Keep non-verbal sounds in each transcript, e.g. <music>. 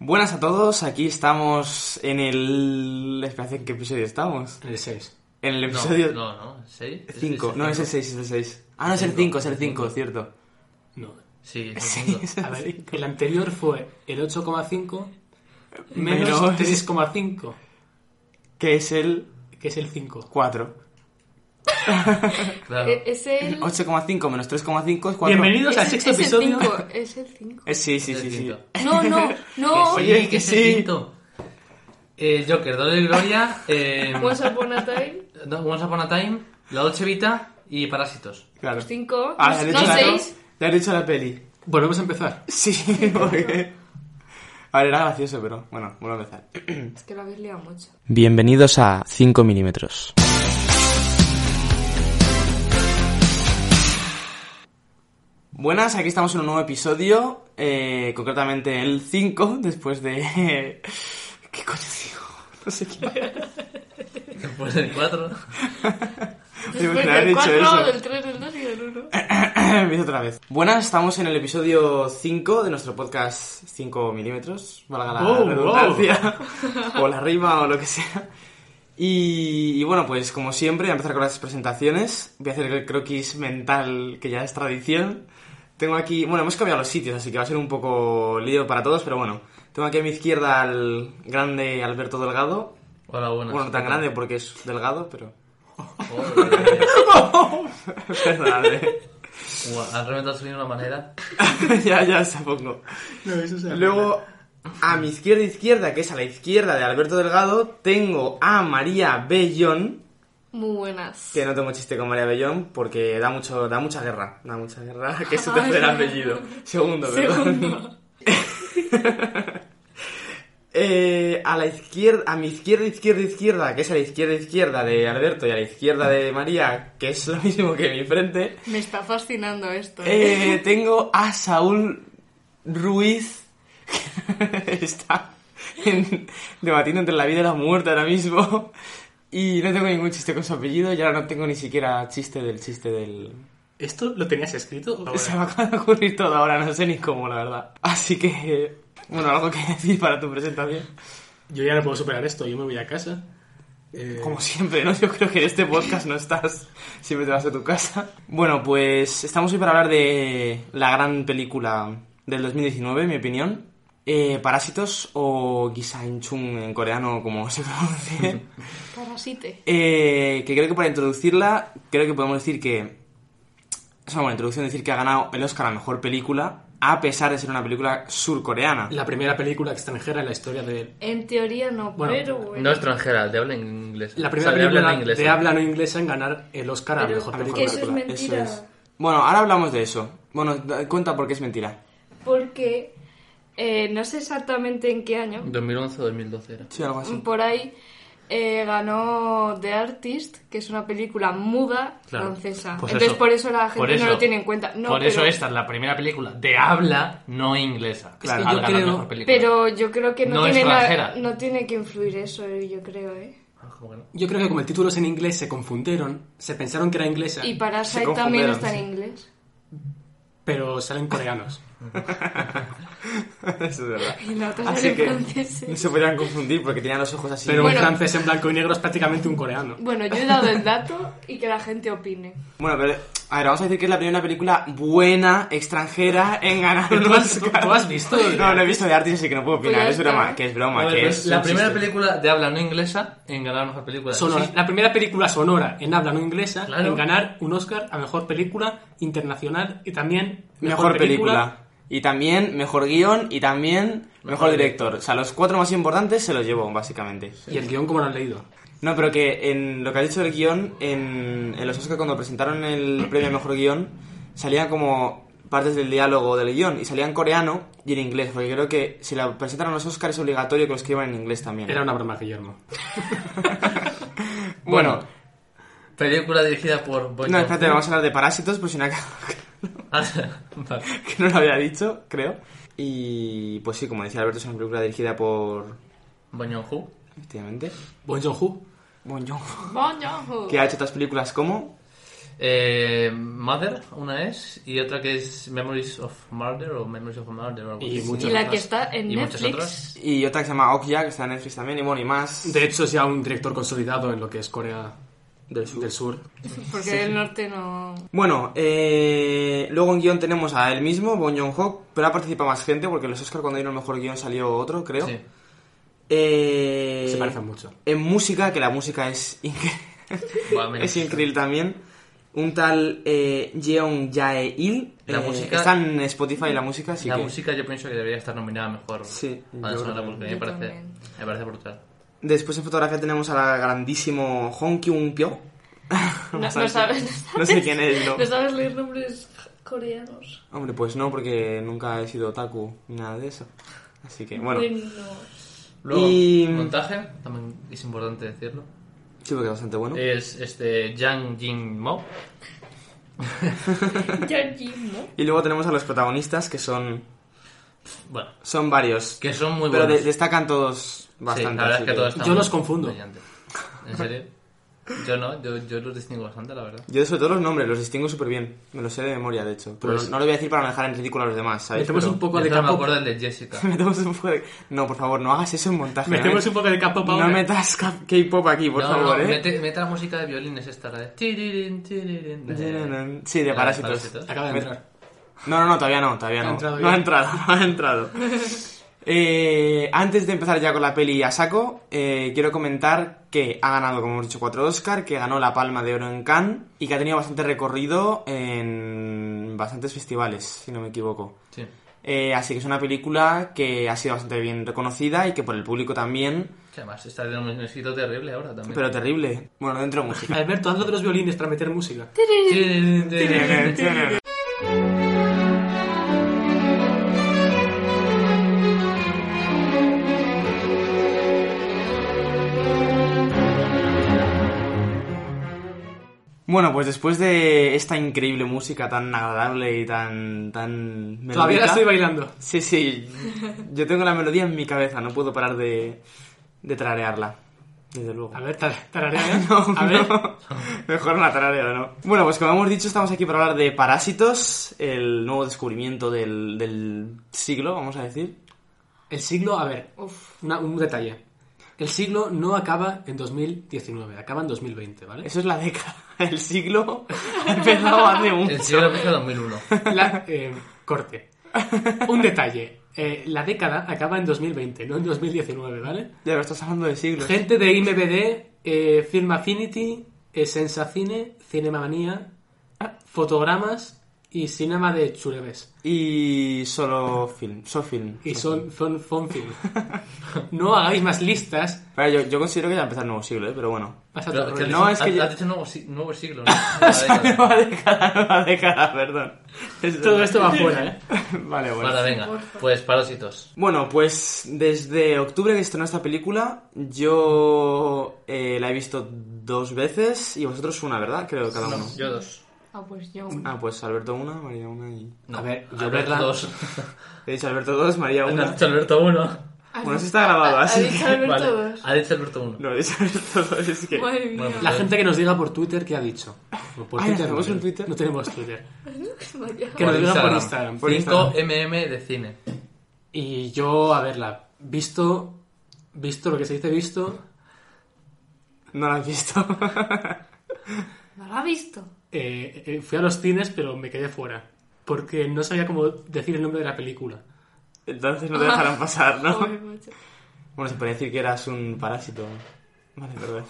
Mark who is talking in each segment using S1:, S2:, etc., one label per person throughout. S1: Buenas a todos, aquí estamos en el... Espera, ¿en qué episodio estamos?
S2: El 6.
S1: En el episodio
S3: No, no, no. ¿Seis? ¿Es-
S1: 5,
S3: es
S1: no es
S3: cinco?
S1: el 6, es el 6. Ah, no es el 5, es el 5, cierto.
S2: No.
S3: Sí, es el
S1: Sí,
S3: cinco.
S1: es el
S2: A ver,
S1: cinco.
S2: el anterior fue el 8,5
S1: Menos-
S2: menos 3,5,
S1: <laughs> que es el
S2: que es el 5.
S1: 4.
S3: Claro.
S4: E- Es el...
S1: 8,5 menos 3,5 es 4.
S2: Bienvenidos al
S4: es,
S2: sexto
S4: es el
S2: episodio.
S4: 5, es el 5.
S1: Eh, <laughs> sí, sí,
S3: Es
S1: sí, sí.
S3: el cinco.
S4: No, no, no.
S1: Oye,
S3: Sí,
S1: que
S3: es
S1: sí.
S3: el quinto. El Joker, Dolor y Gloria, eh,
S4: <laughs> Once Upon a Time,
S3: no, Once Upon a Time, La Dolce Vita y Parásitos. <laughs>
S1: Claro.
S4: 5,
S1: Ah, le has
S4: no
S1: dicho la-
S4: 6.
S1: Le has dicho la peli.
S2: Volvemos a empezar.
S1: Sí, <laughs> porque... A ver, era gracioso, pero bueno, vuelvo a empezar.
S4: Es que lo habéis liado mucho.
S1: Bienvenidos a 5 milímetros. Buenas, aquí estamos en un nuevo episodio, eh, concretamente el 5, después de... <laughs> ¿Qué coño digo? No sé qué.
S3: Después del 4.
S1: Digo,
S4: Después
S1: que haber
S4: del
S1: dicho
S4: 4,
S1: eso.
S4: del 3, del 2 y del 1.
S1: <laughs> Empiezo otra vez. Buenas, estamos en el episodio 5 de nuestro podcast 5 milímetros, valga la
S2: Oh, wow.
S1: redundancia, <laughs> o la rima o lo que sea. Y, y bueno, pues como siempre, voy a empezar con las presentaciones. Voy a hacer el croquis mental que ya es tradición. Tengo aquí, bueno, hemos cambiado los sitios, así que va a ser un poco lío para todos, pero bueno. Tengo aquí a mi izquierda al grande Alberto Delgado.
S3: Hola, buenas.
S1: Bueno, no tan grande porque es delgado, pero. <laughs>
S3: Joder.
S1: Perdón, eh. <laughs>
S3: Guau, Has reventado el sonido de una manera.
S1: ya, ya, supongo. Luego, a mi izquierda izquierda, que es a la izquierda de Alberto Delgado, tengo a María Bellón,
S4: Muy buenas.
S1: que no tengo chiste con María Bellón porque da mucho da mucha guerra, da mucha guerra, <laughs> que es su tercer apellido. Segundo, perdón.
S4: Segundo.
S1: <laughs> Eh, a la izquierda, a mi izquierda izquierda izquierda, que es a la izquierda izquierda de Alberto y a la izquierda de María, que es lo mismo que mi frente,
S4: Me está fascinando esto. ¿eh?
S1: eh, tengo a Saúl Ruiz, que <laughs> está en- debatiendo entre la vida y la muerte ahora mismo. Y no tengo ningún chiste con su apellido y ahora no tengo ni siquiera chiste del chiste del...
S2: ¿Esto lo tenías escrito?
S1: <laughs>
S2: Ahora,
S1: Se me acaba de ocurrir todo ahora, no sé ni cómo, la verdad. Así que, bueno, algo que decir para tu presentación.
S2: Yo ya no puedo superar esto, yo me voy a casa. Eh,
S1: Como siempre, ¿no? Yo creo que en este podcast no estás. Siempre te vas a tu casa. Bueno, pues estamos hoy para hablar de la gran película del 2019, en mi opinión. Eh, Parásitos o Gisain Chung en coreano, como se
S2: <laughs>
S1: pronuncia.
S4: Parasite.
S1: Eh, que creo que para introducirla, creo que podemos decir que. Es una buena introducción decir que ha ganado el Oscar a mejor película, a pesar de ser una película surcoreana.
S2: La primera película extranjera en la historia de...
S4: En teoría no,
S2: Bueno,
S4: pero bueno.
S3: No extranjera, te habla en inglés.
S2: La primera
S3: O sea, de habla
S2: película
S3: en inglés. ¿eh?
S2: de habla no inglesa en ganar el Oscar a
S4: Pero-
S2: Mejor
S1: A mejor
S2: Película.
S4: Eso es
S1: película.
S4: mentira.
S1: Bueno, ahora hablamos de eso. Bueno, da- cuenta por qué es mentira.
S4: Porque eh, no sé exactamente en qué año,
S3: 2011 o 2012 era.
S1: Sí, algo así.
S4: por ahí eh, ganó The Artist, que es una película muda
S2: Claro.
S4: francesa.
S3: Pues
S4: Entonces
S3: eso.
S4: por eso la gente
S3: Por
S4: no
S3: eso.
S4: lo tiene en cuenta. No,
S3: Por eso
S4: pero,
S3: esta es la primera película de habla no inglesa.
S2: Claro.
S3: Al
S2: yo
S3: ganar
S2: creo-
S3: mejor película.
S4: pero yo creo que no,
S3: No
S4: tiene
S3: extranjera.
S4: nada- no tiene que influir eso, eh, yo creo, ¿eh?
S3: Ah, ¿cómo que no?
S2: Yo creo que como el título es en inglés, se confundieron, se pensaron que era inglesa,
S4: Y
S1: se
S4: Parasite
S1: confundieron,
S4: también está
S1: sí.
S4: en inglés. <laughs>
S2: pero salen coreanos.
S1: <laughs> Eso es verdad.
S4: Y la otra
S1: Así
S4: sale
S1: que
S4: francesa.
S1: no se podían confundir porque tenían los ojos así.
S2: Pero
S4: Bueno.
S2: un francés en blanco y negro es prácticamente un coreano.
S4: Bueno, yo he dado el dato y que la gente opine.
S1: Bueno, pero a ver, vamos a decir que es la primera película buena extranjera en ganar un
S2: ¿Tú has-
S1: Oscar.
S2: tú has visto?
S1: No, no he visto de artista, así que no puedo opinar.
S4: Pues
S1: es
S4: ya
S1: broma,
S4: está.
S1: que es
S3: A
S1: broma,
S3: ver,
S1: que
S3: pues,
S1: es
S3: la
S1: un
S3: primera
S1: chiste.
S3: película de habla no inglesa en ganar mejor película.
S2: Sonora.
S3: Sí,
S2: La primera película sonora en habla no inglesa
S3: Claro.
S2: en ganar un Oscar a mejor película internacional y también
S1: Mejor, película. Y también mejor guión y también mejor, director. O sea, los cuatro más importantes se los llevó, básicamente.
S2: Y el guión, como lo han leído.
S1: No, pero que en lo que ha dicho <clears throat> del guión, en, en los Oscar cuando presentaron el premio a Mejor Guión, salía como partes del diálogo del guión y salía en coreano y en inglés, porque creo que si la presentan a los Oscars es obligatorio que lo escriban en inglés también.
S2: Era una broma, Guillermo.
S1: Bueno,
S3: Película dirigida por Ah, Bong
S1: no,
S3: <laughs>
S1: espérate,
S3: Joon-ho.
S1: vamos a hablar de Parásitos, por si no <laughs>
S3: Vale.
S1: que no lo había dicho, creo. Y pues sí, como decía Alberto, es una película dirigida por...
S3: Bong Joon-ho.
S1: Efectivamente.
S2: Bong Joon-ho.
S1: Bon Joon-ho,
S4: Bon Joon-ho.
S1: Que ha hecho otras películas como...
S3: Eh, Mother, una es, y otra que es Memories of Murder o Memories of a Murder. o algo
S2: Y
S3: así.
S2: muchas
S4: Y la que está en
S3: Y muchas
S4: Netflix.
S3: otras.
S1: Y otra que se llama Okja, que está en Netflix también, y bueno, y más...
S2: De hecho, es ya un director consolidado en lo que es Corea del Sur.
S4: Porque del norte no.
S1: Bueno, eh, luego en guión tenemos a él mismo, Bon Joon-ho, pero ha participado más gente, porque en los Oscar cuando dieron el mejor guión salió otro, creo.
S3: Sí.
S1: Eh,
S2: Se parecen mucho.
S1: En música, que la música es, incre-
S3: Bueno, <laughs>
S1: <laughs>
S3: mira.
S1: es increíble también, un tal eh, Jeon Jae-il.
S3: La
S1: eh,
S3: música-
S1: Está en Spotify la música, así
S3: la
S1: que...
S3: música yo pienso que debería estar nominada mejor
S1: Sí,
S3: a la
S1: yo
S3: sonora
S1: creo
S3: porque
S4: Yo
S3: me parece,
S4: también.
S3: me parece brutal.
S1: Después en fotografía tenemos al grandísimo Hong <laughs> Kyung-pyo.
S4: No, no
S1: Bastante.
S4: sabes.
S1: No sé quién es, ¿no?
S4: No sabes leer nombres coreanos.
S1: Hombre, pues no, porque nunca he sido otaku ni nada de eso. Así que, bueno... <laughs>
S3: Luego,
S1: Y-
S3: montaje, también es importante decirlo.
S1: Sí, porque es bastante bueno.
S3: Es este Yang Jin Mo.
S4: Ya Jim, ¿no?
S1: Y luego tenemos a los protagonistas, que son,
S3: Bueno,
S1: son varios.
S3: que son muy
S1: pero de-
S3: buenos.
S1: destacan todos
S3: Sí,
S1: bastante.
S3: la verdad
S1: así ¿eh?
S3: es que todos están
S2: Yo los
S3: muy
S2: confundo.
S3: brillantes.
S1: <laughs>
S3: ¿En serio? Yo no, yo, yo los distingo bastante, la verdad.
S1: Yo sobre todo los nombres los distingo súper bien. Me los sé de memoria, de hecho. Pero
S2: Pues-
S1: no lo voy a decir para no dejar en ridículo a los demás, ¿sabes?
S2: Metemos
S1: Pero-
S2: un poco de
S3: Yo solo me
S2: capo.
S3: acuerdo el
S2: <laughs>
S3: de Jessica.
S1: <laughs> Metemos un poco de... No, por favor, no hagas eso en montaje.
S2: Metemos
S1: ¿eh?
S2: un poco de capo para
S1: No metas ca- K-pop aquí, por
S3: no,
S1: favor,
S3: no,
S1: ¿eh?
S3: mete, mete la música de violines esta, la de... tiririn, tiririn, de-
S1: Sí, de
S3: la
S1: parásitos.
S2: Acaba de
S1: Me-
S2: entrar.
S1: No, no, no, todavía no, todavía
S2: ¿Ha
S1: no.
S2: entrado
S1: no ha
S2: ya?
S1: entrado, <laughs> no ha
S2: <laughs>
S1: entrado. Eh, antes de empezar ya con la peli a saco, eh, quiero comentar que ha ganado, como hemos dicho, cuatro Oscar, que ganó la Palma de Oro en Cannes y que ha tenido bastante recorrido en bastantes festivales, si no me equivoco.
S3: Sí.
S1: Eh, así que es una película que ha sido bastante bien reconocida y que por el público también,
S3: Que además está en un éxito terrible ahora también.
S1: pero terrible. Bueno, dentro de música.
S2: Alberto, hazlo de los violines para meter música.
S3: Tiririn, tiririn.
S1: Bueno, pues después de esta increíble música tan agradable y tan tan melódica-
S2: Todavía la estoy bailando.
S1: Sí, sí. Yo tengo la melodía en mi cabeza, no puedo parar de, de tararearla. Desde luego.
S2: A ver, tar- tararea.
S1: <laughs> No,
S2: a ver.
S1: no. Mejor no la tarareo, ¿no? Bueno, pues como hemos dicho, estamos aquí para hablar de Parásitos, el nuevo descubrimiento del, del siglo, vamos a decir.
S2: El siglo, a ver,
S4: Uf.
S2: una- un detalle. El siglo no acaba en 2019, acaba en 2020, ¿vale?
S1: Eso es la década. <laughs> El siglo ha empezado
S2: <laughs>
S1: hace mucho.
S3: El siglo
S1: <laughs>
S3: de 2001.
S2: La- eh, corte. Un detalle. Eh, la década acaba en 2020, no en 2019, ¿vale?
S1: Ya, pero estás hablando de siglos.
S2: Gente de IMBD, eh, Film Affinity, eh, Sensacine, Cinemamanía, Fotogramas y Cinema de Chureves.
S1: Y solo film, solo film.
S2: Y
S1: solo
S2: son, son, son film. No hagáis más listas.
S1: film. Vale, yo, yo considero que ya empezar el nuevo siglo, ¿eh? pero bueno. <laughs>
S2: Vas a
S3: Pero,
S2: otro
S3: que
S2: rollo.
S1: no,
S3: has-
S1: es que
S3: has-
S1: ya-
S3: Has dicho nuevo, si- nuevo
S1: <laughs>
S3: siglo, ¿no?
S1: Nueva
S3: Nueva década.
S1: década, nueva década, perdón. Es
S2: Todo
S1: verdad.
S2: esto va fuera, ¿eh?
S1: <laughs> Vale, bueno.
S3: Vale, venga. Pues Parásitos.
S1: Bueno, pues desde octubre que estrenó esta película, yo eh, la he visto dos veces y vosotros una, ¿verdad? Creo cada uno.
S3: Yo dos.
S4: Ah, pues yo.
S1: Ah, pues Alberto una, María una y...
S3: No,
S2: A ver, yo
S3: Alberto
S2: verla-
S3: dos.
S1: He dicho Alberto dos, María
S3: No,
S1: una.
S3: has dicho Alberto uno.
S1: Bueno, eso está grabado,
S4: Ha-
S1: así
S4: Ah, Ha
S1: que-
S4: dicho Alberto
S3: Vale,
S4: dos.
S3: Ha dicho Alberto uno.
S1: No, he dicho Alberto dos, es que...
S4: Madre mía.
S3: Bueno,
S2: La gente que nos diga por Twitter qué ha dicho. O Por
S1: Eh. Ay, ¿hacemos
S2: no,
S1: un Twitter?
S2: No tenemos
S1: <laughs>
S2: Twitter.
S4: Vaya.
S2: Que nos digan por Instagram.
S1: Por
S3: 5 mm de cine.
S2: Y yo, a verla, visto, visto lo que se dice visto,
S1: No la has visto. <laughs>
S4: ¿No la ha visto?
S2: eh, eh, fui a los cines pero me quedé fuera. Porque no sabía cómo decir el nombre de la película.
S1: Entonces no te dejarán pasar, ¿no?
S4: Joder, macho.
S1: Bueno, se podría decir que eras un parásito. Vale, perdón.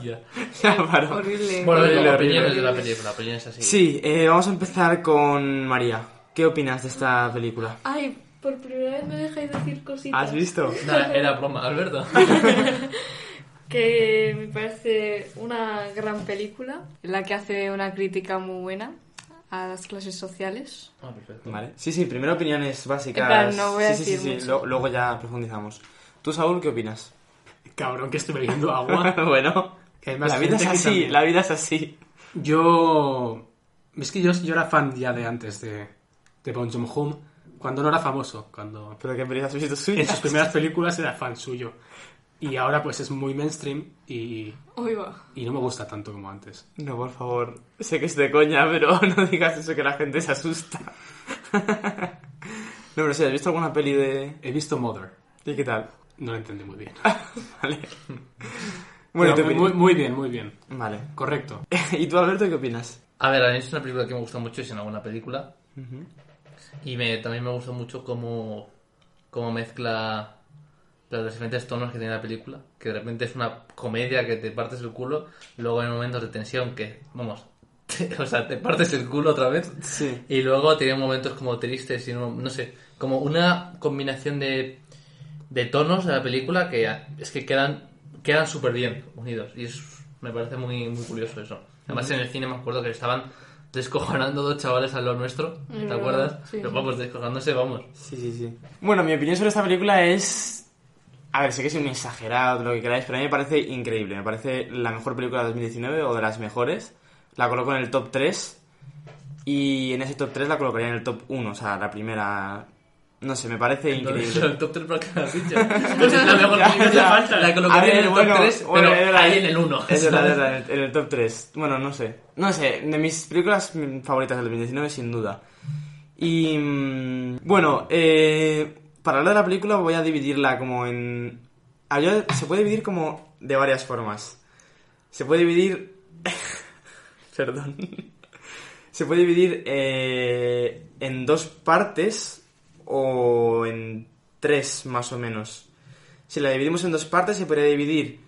S1: <laughs>
S3: Ya.
S1: Ya paro.
S4: Horrible.
S3: Bueno,
S1: Horrible, horrible.
S3: venga, opiniones de la película. Opiniones así.
S1: Sí, eh, vamos a empezar con María. ¿Qué opinas de esta película?
S4: Ay, por primera vez me dejáis decir cositas.
S1: ¿Has visto?
S3: Nada, era broma, Alberto.
S4: Que me parece una gran película, en la que hace una crítica muy buena a las clases sociales.
S3: Ah, perfecto.
S1: Vale. Sí, sí, primero opiniones básicas.
S4: En plan, no voy a
S1: sí,
S4: decir
S1: sí, sí,
S4: mucho.
S1: lo- luego ya profundizamos. ¿Tú, Saúl, qué
S2: <laughs>
S1: opinas?
S2: Cabrón, que estoy bebiendo
S1: <laughs>
S2: agua.
S1: bueno,
S2: Que hay más
S1: la vida
S2: gente
S1: es
S2: aquí
S1: así,
S2: también.
S1: la vida es así.
S2: Yo. Es que yo, yo era fan ya de antes de, de Bong Joon-ho, cuando no era famoso, cuando
S1: Pero qué películas has visto
S2: <laughs> en
S1: suyas.
S2: sus primeras películas era fan suyo. Y ahora pues es muy mainstream y,
S4: Uy, va.
S2: y no me gusta tanto como antes.
S1: No, por favor. Sé que es de coña, pero <laughs> no digas eso que la gente se asusta. <laughs> no, pero sí, ¿has visto alguna peli de...?
S2: He visto Mother,
S1: ¿Y qué tal? <laughs>
S2: no lo entendí muy bien.
S1: Vale. Bueno, ¿y
S2: Pero
S1: tú,
S2: muy, muy bien, muy bien.
S1: Vale.
S2: Correcto.
S1: <laughs> ¿Y tú, Alberto, qué opinas?
S3: A ver, a mí es una película que me gusta mucho, es en alguna película. Y me, también me gusta mucho cómo, cómo mezcla los diferentes tonos que tiene la película. Que de repente es una comedia que te partes el culo, luego hay momentos de tensión que, vamos, <laughs> te- o sea, te partes el culo otra vez.
S1: Sí.
S3: Y luego tiene momentos como tristes y no, no sé, como una combinación de, de tonos de la película que a- es que quedan quedan súper bien unidos. Y es, me parece muy, muy curioso eso. Además en el cine me acuerdo que estaban descojonando dos chavales al lado nuestro,
S4: Es
S3: ¿te
S4: verdad,
S3: acuerdas?
S4: sí,
S3: Pero
S4: sí.
S3: vamos, descojonándose, vamos.
S1: Sí, sí, sí. Bueno, mi opinión sobre esta película es... A ver, sé que es un exagerado, lo que queráis, pero a mí me parece increíble. Me parece la mejor película de 2019 o de las mejores. La coloco en el top 3 y en ese top 3 la colocaría en el top 1, o sea, la primera... No sé, me parece
S3: Entonces,
S1: increíble.
S3: el top 3 para cada pinche.
S4: <laughs>
S3: Pues es <laughs> la mejor
S1: Ya,
S3: película,
S1: ya.
S3: falta. La
S1: A
S3: colocaría
S1: ver,
S3: en el
S1: bueno,
S3: top 3,
S1: bueno, es
S3: pero
S1: verdad,
S3: ahí en el 1.
S1: Es verdad, es
S3: <laughs>
S1: verdad, en el- en el top 3. Bueno, no sé. No sé, de mis películas mm, favoritas del 2019, sin duda. Y. mm, Bueno, eh, para hablar de la película, voy a dividirla como en. a ver, Se puede dividir como de varias formas. Se puede dividir. <laughs> Perdón. Se puede dividir eh, en dos partes o en tres más o menos. Si la dividimos en dos partes, se podría dividir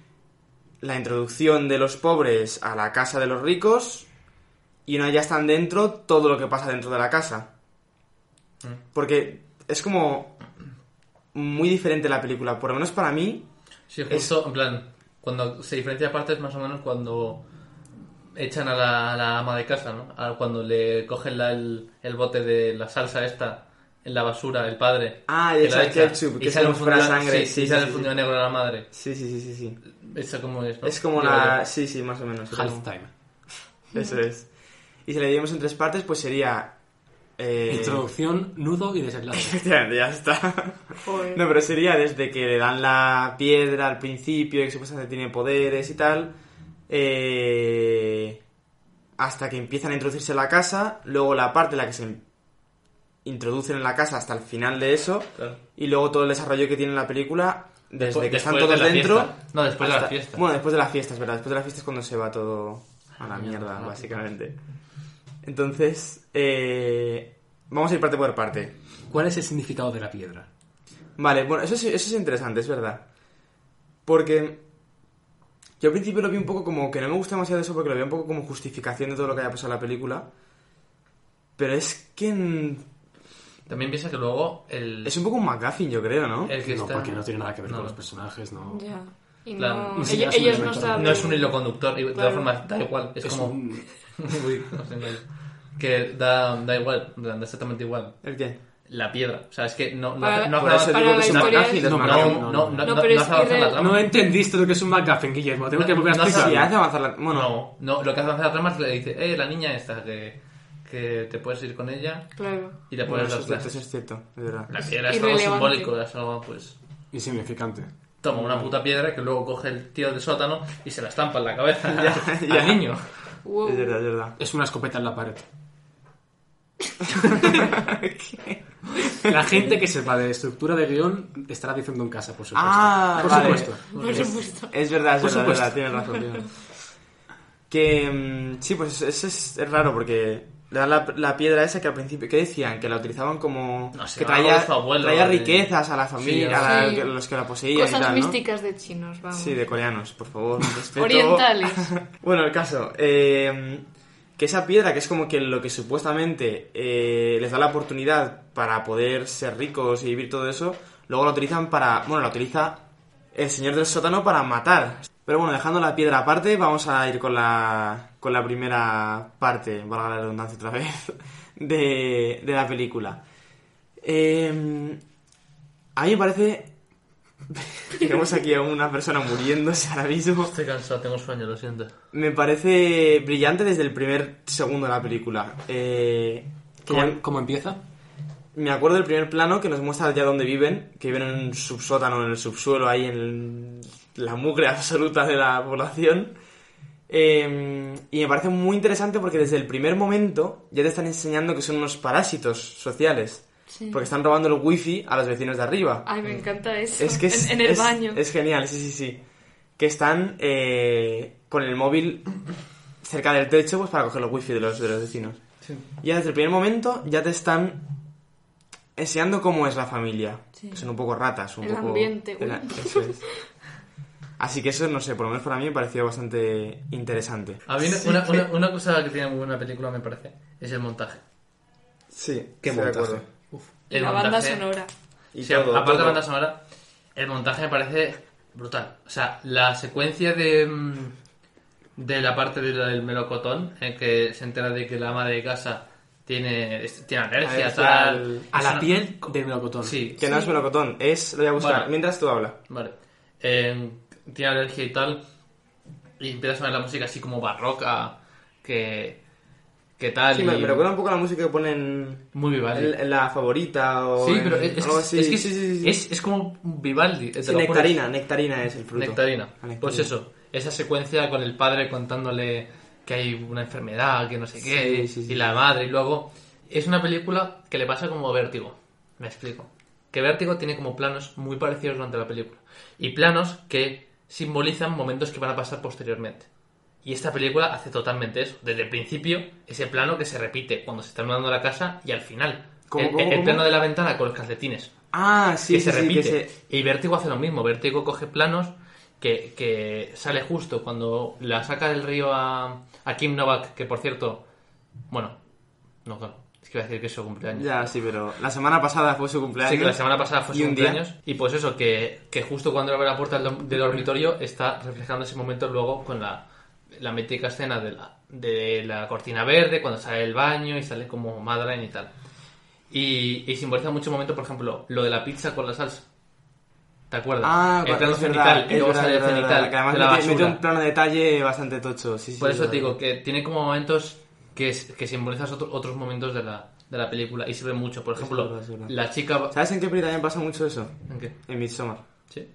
S1: la introducción de los pobres a la casa de los ricos y una ya están dentro todo lo que pasa dentro de la casa. Porque es como muy diferente la película, por lo menos para mí.
S3: Sí, justo, en plan, cuando se diferencia aparte es más o menos cuando echan a la, a la ama de casa, ¿no? A- cuando le cogen la- el, el bote de la salsa esta en la basura, el padre.
S1: Ah, y
S3: que
S1: echa
S3: la
S1: el ketchup, que
S3: y sale
S1: es
S3: un
S1: como fuera
S3: fundido,
S1: sangre,
S3: sí,
S1: sí,
S3: y
S1: sí,
S3: sale
S1: sí,
S3: el fundido negro a la madre.
S1: Sí, sí, sí, sí, sí.
S3: Eso como es, ¿no?
S1: Es como
S3: Digo
S1: la...
S3: yo.
S1: Sí, sí, más o menos. es como-
S2: Halftime.
S1: Eso es. Y si la dividimos en tres partes, pues sería... eh,
S2: Introducción, nudo y
S1: <laughs>
S2: desenlace.
S1: Efectivamente, ya está.
S4: Joder.
S1: No, pero sería desde que le dan la piedra al principio, que supuestamente tiene poderes y tal, eh, hasta que empiezan a introducirse en la casa, luego la parte en la que se introducen en la casa hasta el final de eso,
S3: Claro.
S1: y luego todo el desarrollo que tiene la película desde
S3: Después-
S1: que están
S3: después de
S1: todos
S3: la
S1: dentro.
S3: fiesta. No, después de la
S1: hasta-
S3: fiesta.
S1: Bueno, después de la fiesta, es verdad. Después de la fiesta es cuando se va todo a la
S3: Ah,
S1: mierda,
S3: mierda.
S1: básicamente. Entonces, eh, vamos a ir parte por parte.
S2: ¿Cuál es el significado de la piedra?
S1: Vale, bueno, eso es, eso es interesante, es verdad. Porque yo al principio lo vi un poco como que no me gusta demasiado eso porque lo vi un poco como justificación de todo lo que haya pasado en la película. Pero es que en-
S3: También piensa que luego el...
S1: es un poco un McGuffin, yo creo, ¿no?
S3: el que
S2: No,
S3: está-
S2: porque no tiene nada que ver
S3: No,
S2: con
S3: no.
S2: los personajes, no.
S4: Ya. Y
S3: Plan,
S4: no,
S2: ni siquiera
S4: ellos,
S2: es un
S4: ellos no
S2: elemento.
S4: saben.
S3: No es un hilo conductor, y de todas
S4: Claro.
S3: formas, da igual. Es,
S2: Es
S3: como...
S2: un-
S3: <laughs> Uy, no sé, no. que da, da igual, da exactamente igual.
S1: ¿El qué?
S3: la piedra. O sea, es que no, no,
S4: Para-
S3: no,
S1: Por
S3: hace-
S1: eso
S4: para
S1: digo que
S4: la
S1: es un
S4: historia
S1: McGuffin,
S4: es-
S1: los
S2: No,
S3: no,
S1: McGuffin.
S3: no, no, no,
S4: No, pero
S3: no
S4: es
S3: hace avanzar
S4: que
S3: la
S4: de-
S3: trama.
S2: No entendiste lo que es un McGuffin, Guillermo. Tengo que volver a
S3: No, no,
S1: Sí,
S2: explicarlo.
S1: hace avanzar la... Bueno,
S3: No, no, lo que hace avanzar la trama es que le dice, eh, la niña esta, que, que te puedes ir con ella
S4: Claro.
S3: y le
S1: bueno,
S3: pones
S1: eso
S3: las
S1: es cierto, eso
S3: clases.
S1: es cierto, es verdad. <laughs>
S3: La piedra es algo
S4: Irrelevante.
S3: simbólico, es algo, pues,
S2: Insignificante.
S3: toma una puta piedra que luego coge el tío del sótano y se la estampa en la cabeza <laughs>
S1: <laughs>
S3: al
S1: ya.
S3: niño.
S4: Wow.
S1: Es verdad, es verdad.
S2: Es una escopeta en la pared. La gente que sepa de estructura de guión estará diciendo en casa, por supuesto.
S1: Ah,
S2: por
S1: vale.
S2: supuesto.
S4: Por supuesto.
S1: Es verdad, es
S2: Por
S1: verdad, es verdad,
S2: supuesto.
S1: tienes razón, tienes razón. Que mm, sí, pues es, es, es raro porque le dan la, la piedra esa que al principio, ¿qué decían? Que la utilizaban como...
S3: No sé,
S1: que
S3: algo
S1: traía,
S3: de su abuelo,
S1: traía
S3: de-
S1: riquezas a la familia,
S3: Sí,
S1: a la-
S4: sí.
S1: que- los que la poseían y
S4: Cosas
S1: tal, ¿no?
S4: místicas de chinos, vamos.
S1: Sí, de coreanos, por favor. respeto.
S4: Orientales.
S1: bueno, el caso. eh, que esa piedra, que es como que lo que supuestamente eh, les da la oportunidad para poder ser ricos y vivir todo eso, luego la utilizan para. Bueno, la utiliza El Señor del Sótano para matar. Pero bueno, dejando la piedra aparte, vamos a ir con la, con la primera parte, valga la redundancia otra vez, <laughs> de, de la película. Eh, a mí me parece... <laughs> Tenemos aquí a una persona muriéndose ahora mismo.
S3: Estoy cansado, tengo sueño, lo siento.
S1: Me parece brillante desde el primer segundo de la película. Eh, que ya-
S2: ¿Cómo, cómo empieza?
S1: me acuerdo del primer plano que nos muestra ya dónde viven, que viven en un subsótano, en el subsuelo, ahí en la mugre <laughs> absoluta de la población. Eh, y me parece muy interesante porque desde el primer momento ya te están enseñando que son unos parásitos sociales.
S4: Sí.
S1: <laughs> Porque están robando el wifi a los vecinos de arriba.
S4: Ay, me encanta eso.
S1: Es que es,
S4: en, en el
S1: es-
S4: baño.
S1: Es genial, sí, sí, sí. Que están eh, con el móvil cerca del techo pues para coger los wifi de los, de los vecinos. Ya desde el primer momento ya te están enseñando cómo es la familia.
S4: Sí.
S1: Que son un poco ratas, un
S4: El
S1: poco...
S4: ambiente, uy.
S1: eso es. Así que eso, no sé, por lo menos para mí me pareció bastante interesante.
S3: A mí una, una- una- una cosa que tiene muy buena película, me parece, es el montaje.
S1: Sí,
S3: qué
S1: estoy
S3: montaje.
S4: Y
S3: El
S4: la
S3: montaje-
S4: banda sonora.
S1: Y
S3: O sea,
S1: todo,
S3: aparte de
S1: todo.
S3: la banda sonora, el montaje me parece brutal. O sea, la secuencia de, mm, de la parte de la del melocotón, en que se entera de que la ama de casa tiene, es- tiene alergia,
S1: Alergia al-
S3: tal.
S2: A
S3: Es
S2: la
S3: una-
S2: piel del melocotón.
S3: Sí,
S1: Que no es melocotón, es... Lo voy a buscar.
S3: Bueno.
S1: Mientras tú hablas.
S3: Vale. Eh, tiene alergia y tal. Y empieza a sonar la música así como barroca. Que, que tal.
S1: Sí, me,
S3: y
S1: me recuerda un poco a la música que ponen
S3: Muy Vivaldi.
S1: en, en la favorita o
S3: sí,
S1: en
S3: pero es, es-
S1: algo así.
S3: es que es,
S1: Sí, sí, sí, sí.
S3: es- es como Vivaldi. te
S1: Sí,
S3: lo juro.
S1: nectarina, nectarina es el fruto.
S3: Nectarina.
S1: La nectarina.
S3: Pues eso. Esa secuencia con el padre contándole que hay una enfermedad, que no sé qué.
S1: Sí, sí, sí.
S3: Y la madre. Y luego. Es una película que le pasa como vértigo. Me explico. Que vértigo tiene como planos muy parecidos durante la película. Y planos que simbolizan momentos que van a pasar posteriormente. Y esta película hace totalmente eso. Desde el principio, ese plano que se repite cuando se está mudando la casa y al final.
S1: ¿Cómo,
S3: el,
S1: cómo,
S3: el
S1: cómo?
S3: plano de la ventana con los calcetines
S1: Ah, sí,
S3: que
S1: sí,
S3: se
S1: sí,
S3: repite.
S1: que se-
S3: Y Vértigo hace lo mismo. Vértigo coge planos que, que sale justo cuando la saca del río a, a Kim Novak, que por cierto, bueno, no, claro, es que iba a decir que es su cumpleaños.
S1: Ya, sí, pero la semana pasada fue su cumpleaños.
S3: Sí, que la semana pasada fue
S1: ¿Y
S3: su
S1: un día?
S3: cumpleaños. Y pues eso, que, que justo cuando abre la puerta del, dom- del dormitorio está reflejando ese momento luego con la, la mítica escena de la, de la cortina verde, cuando sale del baño y sale como Madeleine y tal. Y, y simboliza mucho momento, por ejemplo, lo de la pizza con la salsa. ¿Te acuerdas?
S1: Ah,
S3: el plano
S1: es verdad,
S3: cenital y
S1: es
S3: luego
S1: verdad,
S3: sale el
S1: verdad,
S3: cenital
S1: verdad, que además
S3: de la
S1: mete- mete
S3: basura.
S1: un plano de detalle bastante tocho, sí, sí.
S3: Por eso
S1: verdad.
S3: te digo que tiene como momentos que, es- que simbolizan otro- otros momentos de la, de la película y sirve mucho. Por ejemplo,
S1: verdad, es verdad.
S3: la chica... va-
S1: ¿Sabes en qué peli también pasa mucho eso?
S3: ¿En qué?
S1: En Midsommar.
S3: ¿Sí?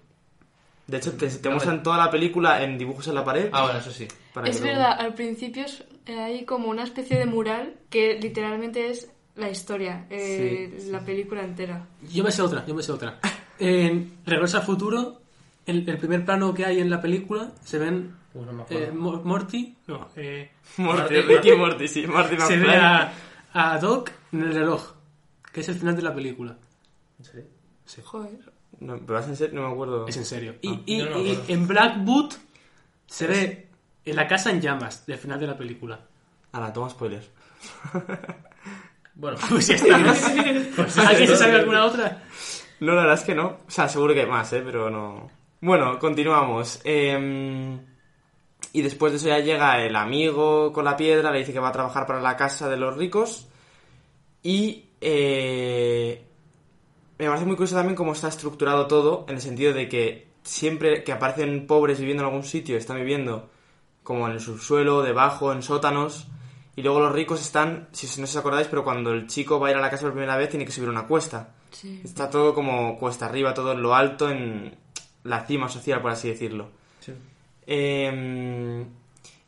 S1: De hecho, te, te
S3: A
S1: muestran
S3: ver.
S1: toda la película en dibujos en la pared.
S3: Ah, bueno, eso sí.
S1: para
S4: Es
S1: que luego-
S4: verdad, al principio es- eh, hay como una especie de mural que literalmente es la historia, eh, la película entera.
S2: Yo me sé otra, yo me sé otra. En Regreso al Futuro, el, el primer plano que hay en la película, se ven
S3: Uy, Pues no me acuerdo.
S2: eh, Mo- Morty, no, eh,
S1: <laughs> Morty,
S3: Marty-
S1: Ricky y Morty, sí, Morty
S2: se ve
S1: McFly.
S2: a, a Doc en el reloj, que es el final de la película.
S4: Joder.
S1: No, pero vas en serio, no me acuerdo.
S2: Es en serio. Y, y-
S3: Ah, yo no me
S2: y
S3: acuerdo.
S2: en Blackwood se ve en la casa en llamas del final de la película.
S1: Ahora, toma spoilers.
S5: <laughs>
S3: Bueno,
S2: Pues ya
S3: <laughs>
S2: está. ¿Alguien se sabe alguna otra?
S1: No, la verdad es que no. O sea, seguro que hay más, ¿eh? Pero no... Bueno, continuamos. Eh, y después de eso ya llega el amigo con la piedra, le dice que va a trabajar para la casa de los ricos. Y... eh, me parece muy curioso también cómo está estructurado todo, en el sentido de que siempre que aparecen pobres viviendo en algún sitio, están viviendo como en el subsuelo, debajo, en sótanos. Y luego los ricos están, si no os acordáis, pero cuando el chico va a ir a la casa por primera vez tiene que subir una cuesta.
S4: Sí.
S1: Está todo como cuesta arriba, todo en lo alto, en la cima social, por así decirlo. Eh,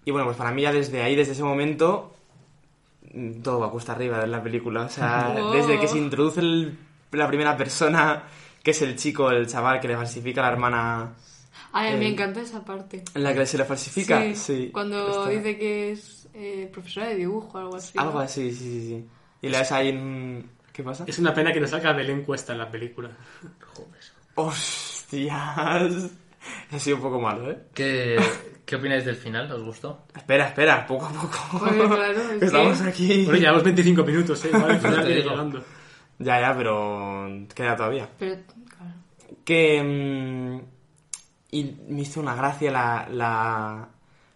S1: y bueno, pues para mí ya desde ahí, desde ese momento, mm, todo va cuesta arriba en la película. O sea,
S4: <laughs> Wow.
S1: desde que se introduce el- la primera persona, que es el chico, el chaval que le falsifica a la hermana,
S4: Ay,
S1: Eh,
S4: me encanta esa parte.
S1: en la que se le falsifica. Sí,
S4: Cuando
S1: está-
S4: dice que es eh, profesora de dibujo o algo así.
S1: Algo así, sí, sí, sí. Y la ves ahí en... ¿Qué pasa?
S2: Es una pena que no salga Belén Cuesta en la película.
S1: <laughs> ¡Hostias! <laughs> Ha sido un poco malo, ¿eh?
S3: ¿qué, ¿qué opináis del final? ¿Os gustó?
S1: Espera, espera, poco a poco. <laughs>
S4: Joder, claro, es que-
S1: Estamos aquí.
S2: Bueno, llevamos 25 minutos, ¿eh?
S3: <laughs>
S2: Igual al final
S3: Te
S2: viene
S3: digo.
S2: llegando.
S1: Ya, ya, pero queda todavía.
S4: Pero, claro.
S1: Que... mm, y me hizo una gracia la, la,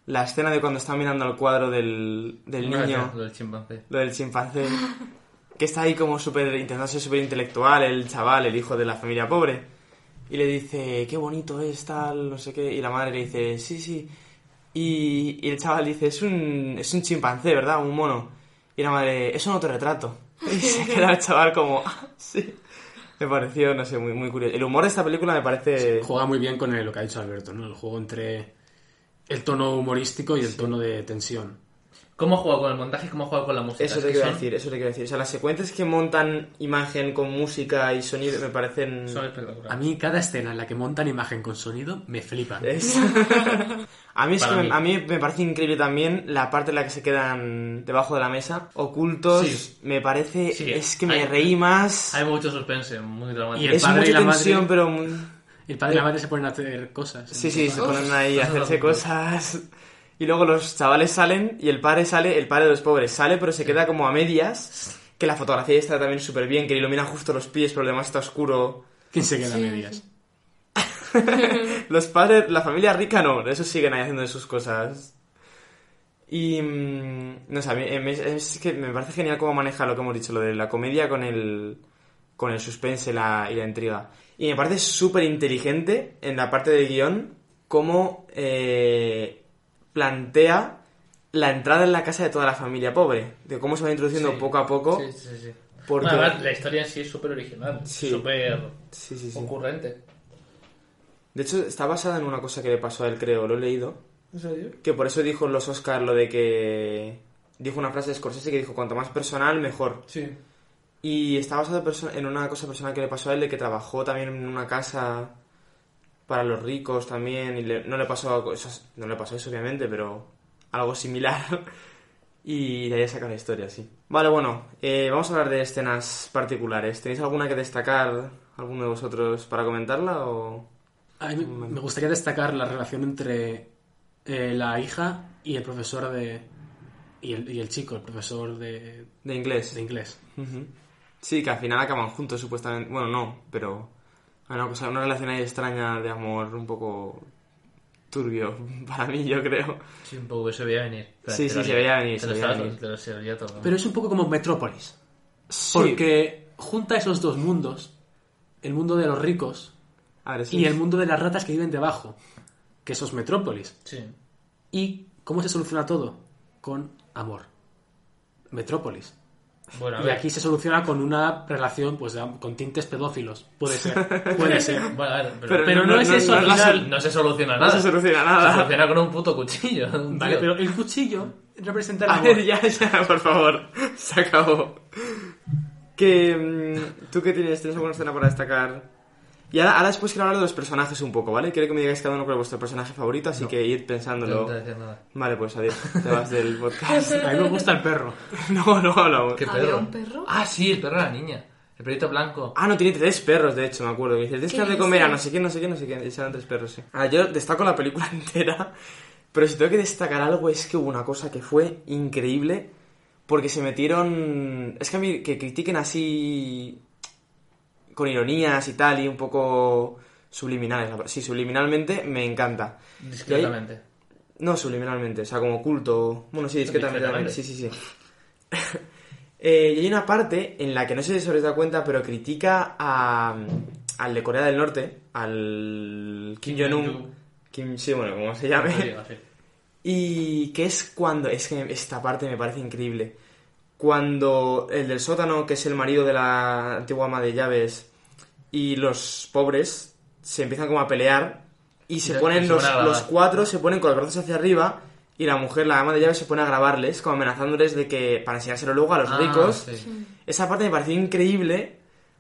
S1: la escena de cuando está mirando el cuadro del, del
S3: Bueno,
S1: niño,
S3: ya, Lo del chimpancé.
S1: lo del chimpancé, que está ahí como súper, intentando ser súper intelectual, el chaval, el hijo de la familia pobre, y le dice, qué bonito es, tal, no sé qué, y la madre le dice, sí, sí, y, y el chaval dice, es un, es un chimpancé, ¿verdad? Un mono, y la madre, es un autorretrato, <laughs> y se queda el chaval como, <laughs> "Ah, sí. Me pareció, no sé, muy, muy curioso. El humor de esta película me parece...
S5: Juega muy bien con el- lo que ha dicho Alberto, ¿no? El juego entre el tono humorístico y el tono de tensión.
S3: ¿Cómo ha jugado con el montaje y cómo ha jugado con la música?
S1: Eso
S3: Es
S1: te
S3: que
S1: quiero
S3: son-
S1: decir, eso te quiero decir. O sea, las secuencias que montan imagen con música y sonido me parecen...
S3: Son
S5: A
S3: espectaculares.
S5: mí cada escena en la que montan imagen con sonido me flipa.
S3: ¿Eh?
S1: Es- a, mí es
S3: Para
S1: que me-
S3: mí.
S1: a mí me parece increíble también la parte en la que se quedan debajo de la mesa, ocultos.
S3: Sí.
S1: Me parece...
S3: Sí,
S1: es que me
S3: hay-
S1: reí más.
S3: Hay mucho suspense, muy dramático.
S5: Y el
S1: es
S5: padre
S1: mucha
S5: y la madre-
S1: tensión, pero... muy-
S5: El padre y
S3: ¿Eh?
S5: la madre se ponen a hacer cosas.
S1: Sí, sí, se
S4: Uf.
S1: ponen ahí a
S3: Cosas
S1: hacerse
S3: locas.
S1: cosas. Y luego los chavales salen y el padre sale, el padre de los pobres sale, pero se queda como a medias. Que la fotografía está también súper bien, que le ilumina justo los pies, pero además está oscuro.
S5: ¿Quién se queda a
S4: Sí,
S5: medias?
S4: sí.
S1: Los padres, la familia rica no, esos siguen ahí haciendo sus cosas. Y. mm, No sé, a mí, eh, me- es que me parece genial cómo maneja lo que hemos dicho, lo de la comedia con el. con el suspense la- y la intriga. Y me parece súper inteligente en la parte del guión cómo eh, plantea la entrada en la casa de toda la familia pobre, de cómo se va introduciendo
S3: Sí.
S1: poco a poco.
S3: Sí, sí, sí.
S1: porque-
S3: Bueno, además, la historia en sí es súper original,
S1: Sí.
S3: súper
S1: Sí, sí, sí.
S3: concurrente.
S1: De hecho, está basada en una cosa que le pasó a él, creo, lo he leído. Que por eso dijo en los Oscar lo de que. Dijo una frase de Scorsese que dijo: cuanto más personal, mejor.
S3: Sí.
S1: Y está basado perso- en una cosa personal que le pasó a él, de que trabajó también en una casa para los ricos también. Y le- no, le pasó eso, no le pasó eso, obviamente, pero algo similar. <laughs> y de ahí saca la historia, sí. Vale, bueno, eh, vamos a hablar de escenas particulares. ¿Tenéis alguna que destacar, alguno de vosotros, para comentarla? o...?
S5: A mí me me gustaría destacar la relación entre eh, la hija y el profesor de. Y el, y el chico, el profesor de,
S1: De inglés.
S5: de inglés.
S1: Ujú. Sí, que al final acaban juntos, supuestamente. Bueno, no, pero. Hay una, cosa, una relación ahí extraña de amor un poco turbio <laughs> para mí, yo creo.
S3: Sí, un poco que se veía venir. Pero
S1: Sí,
S3: te
S1: sí,
S3: lo
S1: se
S3: haría-
S1: veía venir,
S3: Te
S1: se
S3: lo
S1: veía
S3: sabes,
S1: venir.
S3: te lo sabía todo.
S5: Pero es un poco como Metrópolis.
S1: Porque.
S5: Porque junta esos dos mundos: el mundo de los ricos
S1: A ver, eso
S5: y
S1: es-
S5: el mundo de las ratas que viven debajo, que eso es Metrópolis.
S3: Sí.
S5: ¿Y cómo se soluciona todo? Con amor. Metrópolis.
S3: Bueno, a
S5: Y
S3: ver.
S5: aquí se soluciona con una relación pues de- con tintes pedófilos. Puede
S3: <laughs>
S5: ser, puede ser.
S3: Bueno, a ver, pero,
S1: Pero
S3: pero no,
S1: no-
S3: es
S1: no-
S3: eso
S1: no
S3: al
S1: es la
S3: final.
S1: sol-
S3: No se soluciona
S1: No
S3: nada.
S1: se soluciona
S3: Se
S1: nada.
S3: soluciona con un puto cuchillo. <laughs> un
S5: Vale,
S3: tío.
S5: pero el cuchillo representa el
S1: <laughs> A
S5: amor.
S1: ver, ya, ya, por favor. <laughs> Se acabó. Que. mm, ¿Tú qué tienes? ¿Tienes alguna escena para destacar? Y ahora, ahora después quiero hablar de los personajes un poco, ¿vale? Quiero que me digáis cada uno cuál es vuestro personaje favorito, así que ir
S3: No
S1: pensándolo.
S3: te voy a decir nada.
S1: Vale, pues adiós. Te
S5: <laughs>
S1: vas del podcast. <laughs>
S5: A mí me gusta el perro.
S1: No, no hablamos.
S3: ¿Qué
S4: ¿Había
S3: perro?
S4: un perro?
S3: Ah, sí, el perro de la niña. El perrito blanco.
S1: Ah, no, tiene tres perros, de hecho, me acuerdo. Que dice, tienes que
S4: ¿Qué
S1: darle de comer a
S4: dices?
S1: no sé quién, no sé quién, no sé quién. Y salen tres perros, sí. Ah, yo destaco la película <laughs> entera. Pero si tengo que destacar algo es que hubo una cosa que fue increíble. Porque se metieron... Es que a mí que critiquen así... Con ironías y tal, y un poco subliminales. la- Sí, subliminalmente me encanta.
S3: Discretamente.
S1: No, subliminalmente, o sea, como oculto. Bueno, sí, discretamente.
S3: Discretamente.
S1: Sí, sí, sí. <laughs> Eh, y hay una parte en la que no sé si os habéis dado cuenta, pero critica a, al de Corea del Norte, al Kim
S3: Kim
S1: Jong-un.
S3: Jong-un.
S1: Kim, sí, bueno, como se llame.
S3: Sí, así.
S1: Y que es cuando, es que esta parte me parece increíble, cuando el del sótano, que es el marido de la antigua ama de llaves, y los pobres se empiezan como a pelear y se
S3: Ya,
S1: ponen
S3: se
S1: los,
S3: ponen a grabar.
S1: los cuatro, se ponen con los brazos hacia arriba y la mujer, la ama de llaves, se pone a grabarles, como amenazándoles de que, para enseñárselo luego a los
S3: Ah,
S1: ricos,
S3: sí.
S1: esa parte me pareció increíble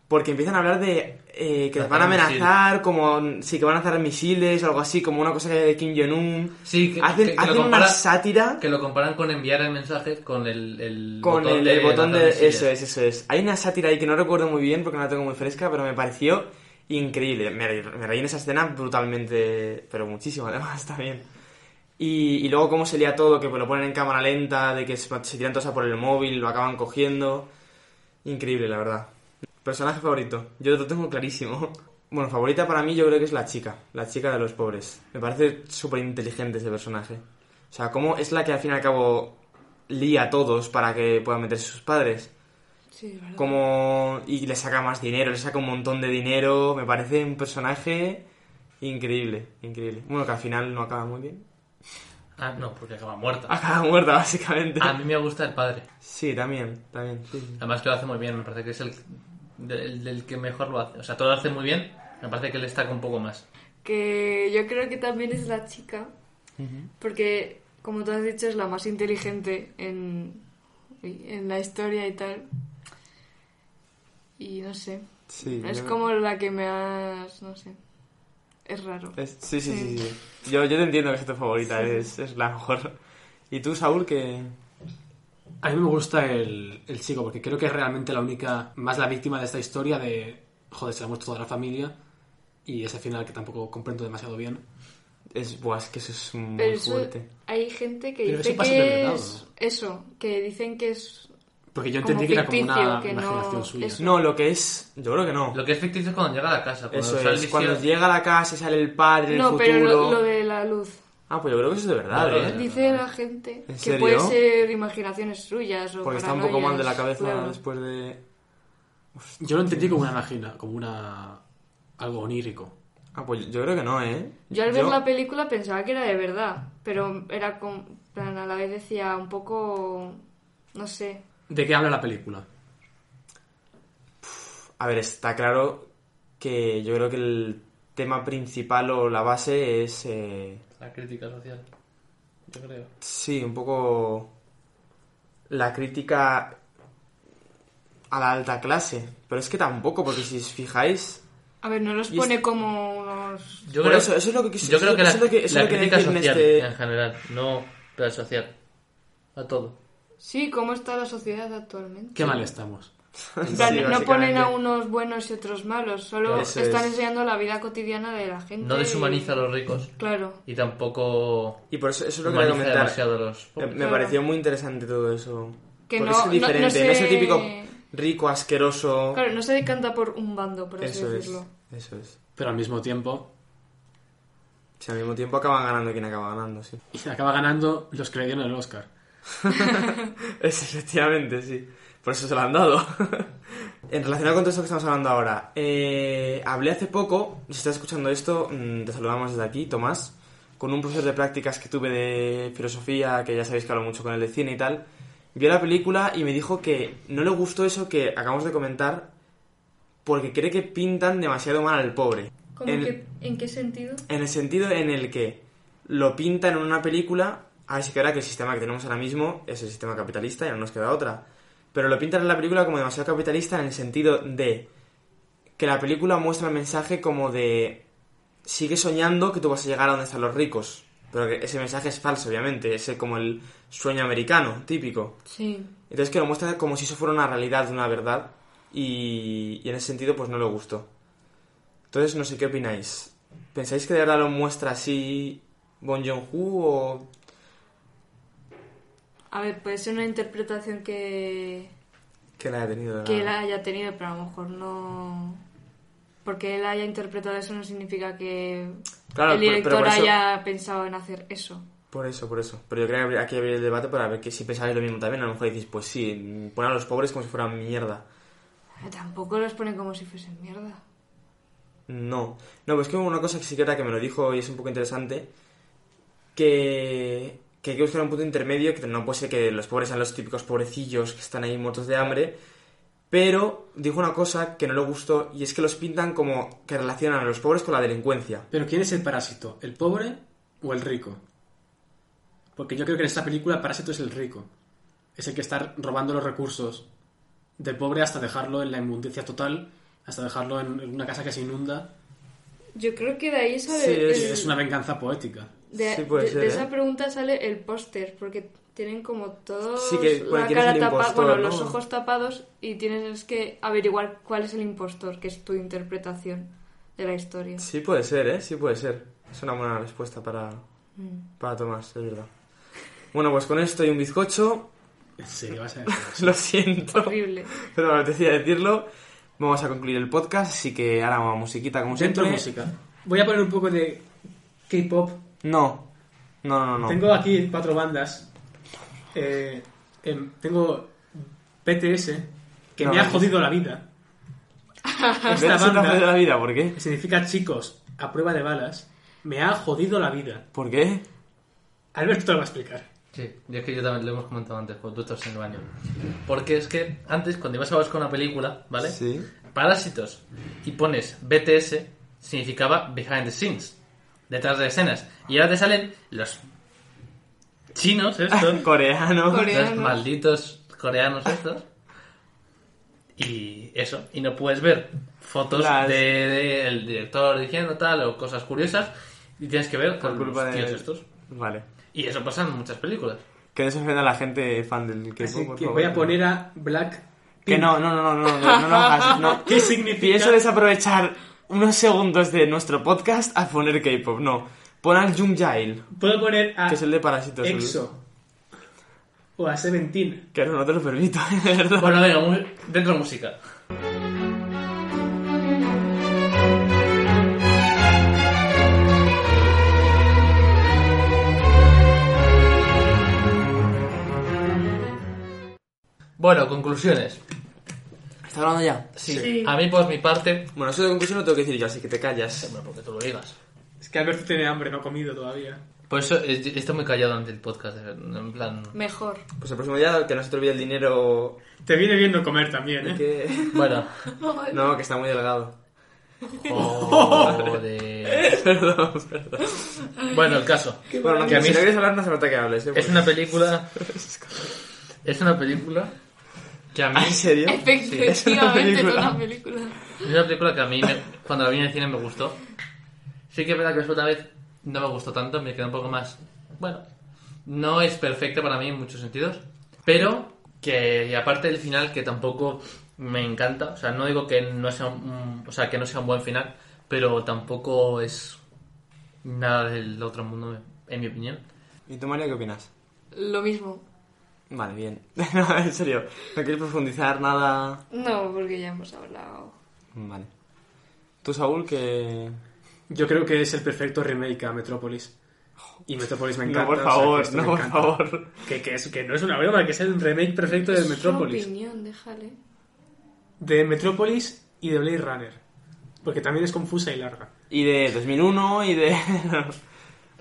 S1: porque empiezan a hablar de eh, que les van a
S3: Lanzar un
S1: amenazar, como sí, que van a lanzar misiles, algo así, como una cosa que hay de Kim Jong-un.
S3: Sí, que-
S1: hacen
S3: que- que lo
S1: hacen una
S3: compara-
S1: sátira
S3: Que lo comparan con enviar el mensaje con el, el
S1: con el, el botón
S3: lanzar
S1: de...
S3: misiles.
S1: Eso es, eso es. Hay una sátira ahí que no recuerdo muy bien porque no la tengo muy fresca, pero me pareció increíble. Me, re- me reí en esa escena brutalmente, pero muchísimo además <laughs> también. Y, y luego cómo se lía todo, que pues lo ponen en cámara lenta, de que se, se tiran todos a por el móvil, lo acaban cogiendo. Increíble, la verdad. Personaje favorito. Yo lo tengo clarísimo. <laughs> Bueno, favorita para mí yo creo que es la chica, la chica de los pobres. Me parece súper inteligente ese personaje. O sea, cómo es la que al fin y al cabo lía a todos para que puedan meterse sus padres.
S4: Sí, es verdad.
S1: Como... Y le saca más dinero, le saca un montón de dinero. Me parece un personaje increíble, increíble. Bueno, que al final no acaba muy bien. <laughs>
S3: Ah, no, porque acaba muerta.
S1: Acaba muerta, básicamente.
S3: A mí me gusta el padre.
S1: Sí, también, también. sí, sí.
S3: Además que lo hace muy bien, me parece que es el del, del que mejor lo hace. O sea, todo lo hace muy bien, me parece que él destaca un poco más.
S4: Que yo creo que también es la chica, porque como tú has dicho es la más inteligente en, en la historia y tal. Y no sé,
S1: Sí,
S4: es
S1: yo-
S4: como la que me has, no sé, es raro.
S1: Es- sí, sí, sí, sí. Yo, yo te entiendo que es tu favorita, es, es la mejor. ¿Y tú, Saúl, que
S5: A mí me gusta el, el chico, porque creo que es realmente la única, más la víctima de esta historia de, joder, se la ha muerto toda la familia y ese final que tampoco comprendo demasiado bien.
S1: es, buah, es que eso es muy
S4: Pero eso-
S1: fuerte?
S4: hay gente que
S5: Pero
S4: dice
S5: eso pasa de
S4: que
S5: verdad,
S4: es
S5: ¿no?
S4: eso, que dicen que es
S5: Porque yo
S4: Como
S5: entendí que era como
S4: ficticio,
S5: una
S4: que no-
S5: imaginación suya.
S4: eso.
S1: No, lo que es... Yo creo que no.
S3: Lo que es ficticio es cuando llega a la casa. Cuando
S1: Eso
S3: sale
S1: es,
S3: el
S1: cuando
S3: visio-
S1: llega a la casa y sale el padre, el
S4: No,
S1: futuro...
S4: pero lo, lo de la luz.
S1: Ah, pues yo creo que eso es de verdad,
S3: No, lo de-
S1: ¿eh?
S4: Dice la gente que
S1: serio?
S4: puede ser imaginaciones suyas o
S1: Porque está un poco mal de la
S4: paranoias,
S1: cabeza
S4: claro.
S1: después de...
S5: Yo lo entendí como una imagina, como una... algo onírico.
S1: Ah, pues yo creo que no, ¿eh?
S4: Yo al ver la película pensaba que era de verdad, pero era con plan, a la vez decía un poco no sé.
S5: ¿De qué habla la película?
S1: A ver, está claro que yo creo que el tema principal o la base es... eh,
S3: La crítica social. Yo creo.
S1: Sí, un poco la crítica a la alta clase. Pero es que tampoco, porque si os fijáis...
S4: A ver, no los
S1: Y es-
S4: pone como unos
S3: Yo
S1: Por
S3: creo,
S1: eso, eso es lo que quis-
S3: yo creo
S1: eso-
S3: que la,
S1: eso es lo que- eso
S3: la
S1: es lo que
S3: crítica
S1: decir en
S3: social
S1: este-
S4: <laughs>
S3: en general, no pero al social. A todo.
S4: Sí, cómo está la sociedad actualmente.
S5: Qué mal estamos.
S4: En plan,
S1: Sí,
S4: no ponen a
S1: básicamente.
S4: unos buenos y otros malos, solo
S1: Eso
S4: están
S1: es.
S4: enseñando la vida cotidiana de la gente.
S3: No
S1: Eh,
S4: y-
S3: deshumaniza a los ricos
S4: Claro.
S3: y tampoco
S1: Y por eso, eso es lo que voy a
S3: humaniza
S1: comentar. Em,
S3: demasiado a los
S1: Me, me
S3: pobres.
S4: Claro.
S1: pareció muy interesante todo eso.
S4: Que
S1: Porque
S4: no-
S1: es
S4: no- no
S1: diferente, no, es
S4: sé-
S1: el típico rico, asqueroso.
S4: Claro, no se decanta por un bando, por así
S1: eso es.
S4: decirlo.
S1: Eso es.
S5: Pero al mismo tiempo
S1: Si al mismo tiempo acaban ganando quien acaba ganando, sí.
S5: acaba ganando los que le dieron el Oscar.
S1: <laughs> Es, efectivamente, sí. Por eso se lo han dado. <laughs> en relación con todo esto que estamos hablando ahora, eh, hablé hace poco, si estás escuchando esto, mm, te saludamos desde aquí, Tomás, con un profesor de prácticas que tuve de filosofía, que ya sabéis que hablo mucho con él de cine y tal. Vio la película y me dijo que no le gustó eso que acabamos de comentar porque cree que pintan demasiado mal al pobre.
S4: ¿Cómo
S1: En-
S4: que- ¿En qué sentido?
S1: en el sentido en el que lo pintan en una película, así que ahora que el sistema que tenemos ahora mismo es el sistema capitalista y no nos queda otra. Pero lo pintan en la película como demasiado capitalista en el sentido de que la película muestra el mensaje como de sigue soñando que tú vas a llegar a donde están los ricos. Pero que ese mensaje es falso, obviamente. Es como el sueño americano, típico.
S4: Sí.
S1: Entonces que lo muestra como si eso fuera una realidad, una verdad. Y, y en ese sentido pues no le gustó. Entonces no sé qué opináis. ¿Pensáis que de verdad lo muestra así Bon Joon-ho o...?
S4: A ver, puede ser una interpretación que,
S1: Que la haya tenido de
S4: que él
S1: verdad?
S4: haya tenido, pero a lo mejor no. Porque él haya interpretado eso no significa que
S1: Claro, pero- pero
S4: el director
S1: por eso-
S4: haya pensado en hacer eso.
S1: Por eso, por eso. Pero yo creo que habría- aquí habría el debate para ver que si pensáis lo mismo también. A lo mejor decís, pues sí, poner a los pobres como si fueran mierda.
S4: Tampoco los ponen como si fuesen mierda.
S1: No, no, pues que hubo una cosa que sí que era que me lo dijo y es un poco interesante, que, que hay que buscar un punto intermedio, que no puede ser que los pobres sean los típicos pobrecillos que están ahí muertos de hambre, pero dijo una cosa que no le gustó y es que los pintan como que relacionan a los pobres con la delincuencia.
S5: Pero ¿quién es el parásito? ¿El pobre o el rico? Porque yo creo que en esta película el parásito es el rico. Es el que está robando los recursos del pobre hasta dejarlo en la inmundicia total, hasta dejarlo en en una casa que se inunda.
S4: Yo creo que de ahí sale.
S1: Sí,
S4: el-
S5: Es, es una venganza poética.
S4: de,
S1: Sí, puede
S4: de-
S1: ser,
S4: de
S1: ¿eh?
S4: esa pregunta sale el póster, porque tienen como todos
S1: Sí, que- bueno,
S4: la
S1: ¿quién es
S4: cara
S1: el
S4: tapada,
S1: impostor,
S4: bueno,
S1: no?
S4: los ojos tapados y tienes que averiguar cuál es el impostor, que es tu interpretación de la historia.
S1: Sí puede ser, ¿eh? Sí puede ser. Es una buena respuesta para, para Tomás, es verdad. Bueno, pues con esto y un bizcocho, <laughs>
S5: En serio, vas a
S1: lo siento.
S4: Horrible.
S1: Pero me apetecía decirlo. Vamos a concluir el podcast, así que ahora vamos a musiquita como
S2: Dentro
S1: siempre.
S2: música. Voy a poner un poco de K-pop.
S1: No, no, no, no.
S2: Tengo aquí cuatro bandas. Eh, em, tengo BTS, que
S1: No,
S2: me ha
S1: no.
S2: jodido
S1: <laughs>
S2: la vida.
S1: Vete
S2: Esta
S1: a ser café de la
S2: banda,
S1: vida, ¿por qué?
S2: que significa chicos a prueba de balas, me ha jodido la vida.
S1: ¿Por qué?
S2: Alberto te lo va a explicar.
S3: Sí, y es que yo también lo hemos comentado antes cuando tú estás en el baño. Porque es que antes, cuando ibas a buscar una película, ¿vale?
S1: Sí.
S3: Parásitos y pones BTS, significaba Behind the Scenes, detrás de escenas. Y ahora te salen los chinos estos,
S1: <laughs> Coreano.
S4: Core-
S3: los
S4: Coreanos.
S3: malditos coreanos estos. Y eso, y no puedes ver fotos
S1: Las-
S3: del de, de el director diciendo tal o cosas curiosas. Y tienes que ver
S1: Por
S3: con
S1: culpa
S3: los
S1: de
S3: tíos estos.
S1: Vale.
S3: Y eso pasa en muchas películas.
S1: Que no se ofenda a la gente fan del K-pop,
S2: Así
S1: por
S2: que
S1: favor.
S2: voy a poner a Black
S1: Que no, no, no, no, no, no, no lo hagas. No.
S2: <laughs> ¿Qué significa?
S1: Pienso desaprovechar unos segundos de nuestro podcast a poner K-pop, no. Pon al Jungjail,
S2: Puedo poner a
S1: que es el de Parásitos. el-
S2: EXO o a Seventeen.
S1: Que no, no te lo permito, <laughs> de verdad.
S3: Bueno, venga, mu- dentro música. Bueno, conclusiones.
S1: ¿Estás hablando ya?
S3: Sí. A mí, por mi parte.
S1: Bueno, eso de conclusión lo tengo que decir yo, así que te callas.
S3: Bueno, porque tú lo digas.
S2: Es que Alberto tiene hambre, no ha comido todavía.
S3: Por eso eh, yo- estoy muy callado ante el podcast. de verdad, En
S1: <laughs>
S3: plan.
S4: Mejor.
S1: Pues el próximo día que no se te olvide el dinero.
S2: Te viene bien no comer también, ¿eh?
S4: <laughs>
S1: Que...
S3: Bueno.
S1: No, que está muy delgado.
S3: Joder.
S1: <laughs> Perdón, perdón.
S3: Bueno, el caso.
S1: Bueno, no,
S3: Que a mí
S1: si no
S3: es-
S1: quieres hablar, no hace falta que hables. ¿eh?
S3: Es
S1: Porque- <laughs>
S3: una película. Es una película que a mí.
S1: ¿Ah, <laughs> ¿En serio? <laughs>
S4: <laughs> Efectivamente, no
S1: película.
S4: una película.
S3: Es una película que a mí, me- cuando la vi en el cine, me gustó. Sí que es verdad que después otra vez no me gustó tanto, me quedó un poco más. Bueno, no es perfecta para mí en muchos sentidos, pero que y aparte del final, que tampoco me encanta, o sea, no digo que no sea un, o sea, que no sea un buen final, pero tampoco es nada del otro mundo, en mi opinión.
S1: ¿Y tú, María, qué opinas?
S4: Lo mismo.
S1: Vale, bien. <laughs> No, en serio. ¿No quieres profundizar nada?
S4: No, porque ya hemos hablado.
S1: Vale. Tú, Saúl, que...
S2: Yo creo que es el perfecto remake a Metrópolis. Y Metrópolis me encanta.
S1: no, por
S2: o sea, que
S1: favor,
S2: esto
S1: no,
S2: me
S1: por
S2: encanta.
S1: favor.
S2: Que, que, es, que no es una broma, que es el remake perfecto de
S4: Es
S2: Metrópolis.
S4: Su opinión, déjale.
S2: De Metrópolis y de Blade Runner. Porque también es confusa y larga.
S1: Y de 2001 y de... <laughs>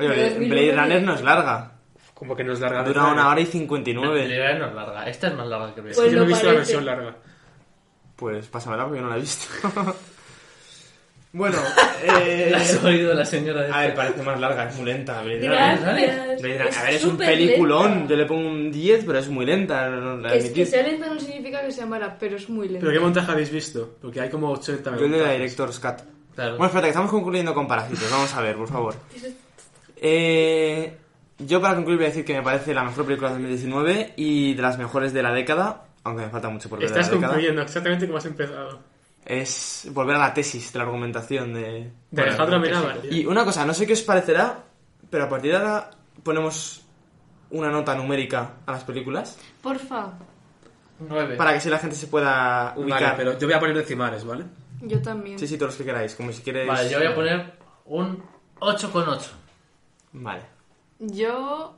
S1: Oye,
S4: De
S1: Blade-
S4: 2001
S1: Blade Runner
S4: de-
S1: no es larga.
S2: Como que no es larga.
S1: Dura una hora y
S3: La
S1: 59.
S3: realidad no es larga, esta es más larga que el
S4: Pues
S2: Yo no he
S4: lo
S2: visto la
S4: parece.
S2: versión larga.
S1: Pues pásamela porque yo no la he visto. <laughs> bueno, eh...
S3: <laughs> <laughs> ¿La has oído la señora de
S1: A ver, parece más larga, es muy lenta. Blade Runner.
S4: Gracias.
S1: Blade Runner- A ver, es un peliculón. Yo le pongo un 10, pero es muy lenta. no- no- la
S4: Es que
S1: admitís.
S4: sea lenta no significa que sea mala, pero es muy lenta.
S2: ¿Pero qué montaje habéis visto? Porque hay como
S1: Yo
S2: 80
S1: el de la
S2: minutos.
S1: Director's Cut.
S3: Claro.
S1: Bueno, espérate, que estamos concluyendo con Parásitos. Vamos a ver, por favor. Eh, yo para concluir voy a decir que me parece la mejor película de 2019 y de las mejores de la década, aunque me falta mucho por ver de
S2: Estás
S1: la década.
S2: concluyendo exactamente como has empezado.
S1: Es volver a la tesis de la argumentación de...
S2: De
S3: Bueno,
S2: Alejandro
S3: no te
S2: Amenábar.
S3: sigo.
S2: tío.
S1: Y una cosa, no sé qué os parecerá, pero a partir de ahora ponemos una nota numérica a las películas
S4: Porfa,
S3: Nueve.
S1: para que si la gente se pueda ubicar.
S2: Vale, pero yo voy a poner decimales, ¿vale?
S4: yo también.
S1: Sí, sí, todos los que queráis, como si quieres...
S3: Vale, yo voy a poner un 8,8.
S1: Vale.
S4: Yo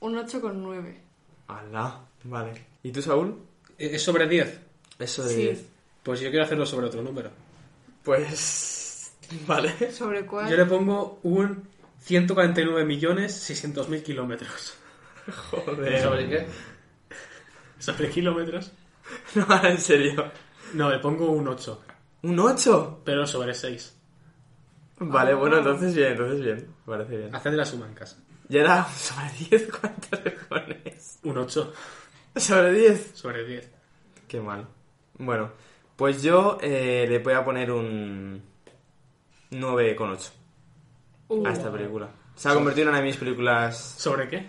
S4: un 8,9.
S1: Ala, Vale. ¿Y tú, Saúl?
S2: Eh, ¿Es sobre 10?
S1: Eso de...
S4: Sí,
S2: Pues yo quiero hacerlo sobre otro número.
S1: Pues... <laughs> Vale.
S4: ¿sobre cuál?
S2: Yo le pongo un 149.600.000 <laughs> kilómetros.
S3: ¿Sobre qué?
S2: ¿Sobre kilómetros?
S1: No, en serio.
S2: No, le pongo un 8,
S1: ¿Un 8?
S2: pero sobre 6.
S1: Vale, bueno, entonces bien, entonces bien. Me parece bien.
S3: Ah.
S2: Haced la suma en casa.
S1: Y ahora, <laughs> sobre 10, ¿cuánto le pones?
S2: Un 8
S1: Sobre 10.
S2: sobre 10.
S1: Qué mal. Bueno, pues yo eh, le voy a poner un 9,8
S4: Uh,
S1: a esta película. Se ha convertido en una de mis películas
S2: ¿Sobre qué?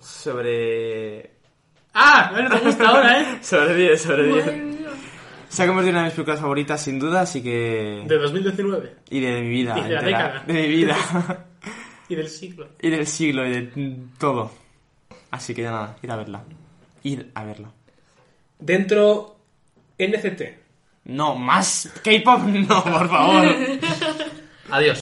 S1: sobre... <laughs>
S2: ¡Ah! A ver, te gusta ahora, ¿eh?
S1: Sobre 10, sobre
S4: madre
S1: 10.
S4: mía.
S1: Se ha convertido en una de mis películas favoritas, sin duda, así que...
S2: De 2019
S1: Y de mi vida.
S2: Y de la
S1: entera.
S2: década.
S1: De mi vida.
S2: <laughs> y del siglo.
S1: y del siglo y de todo. Así que ya nada, ir a verla. Ir a verla.
S2: Dentro NCT.
S1: No, más K-pop no, por favor.
S3: Adiós.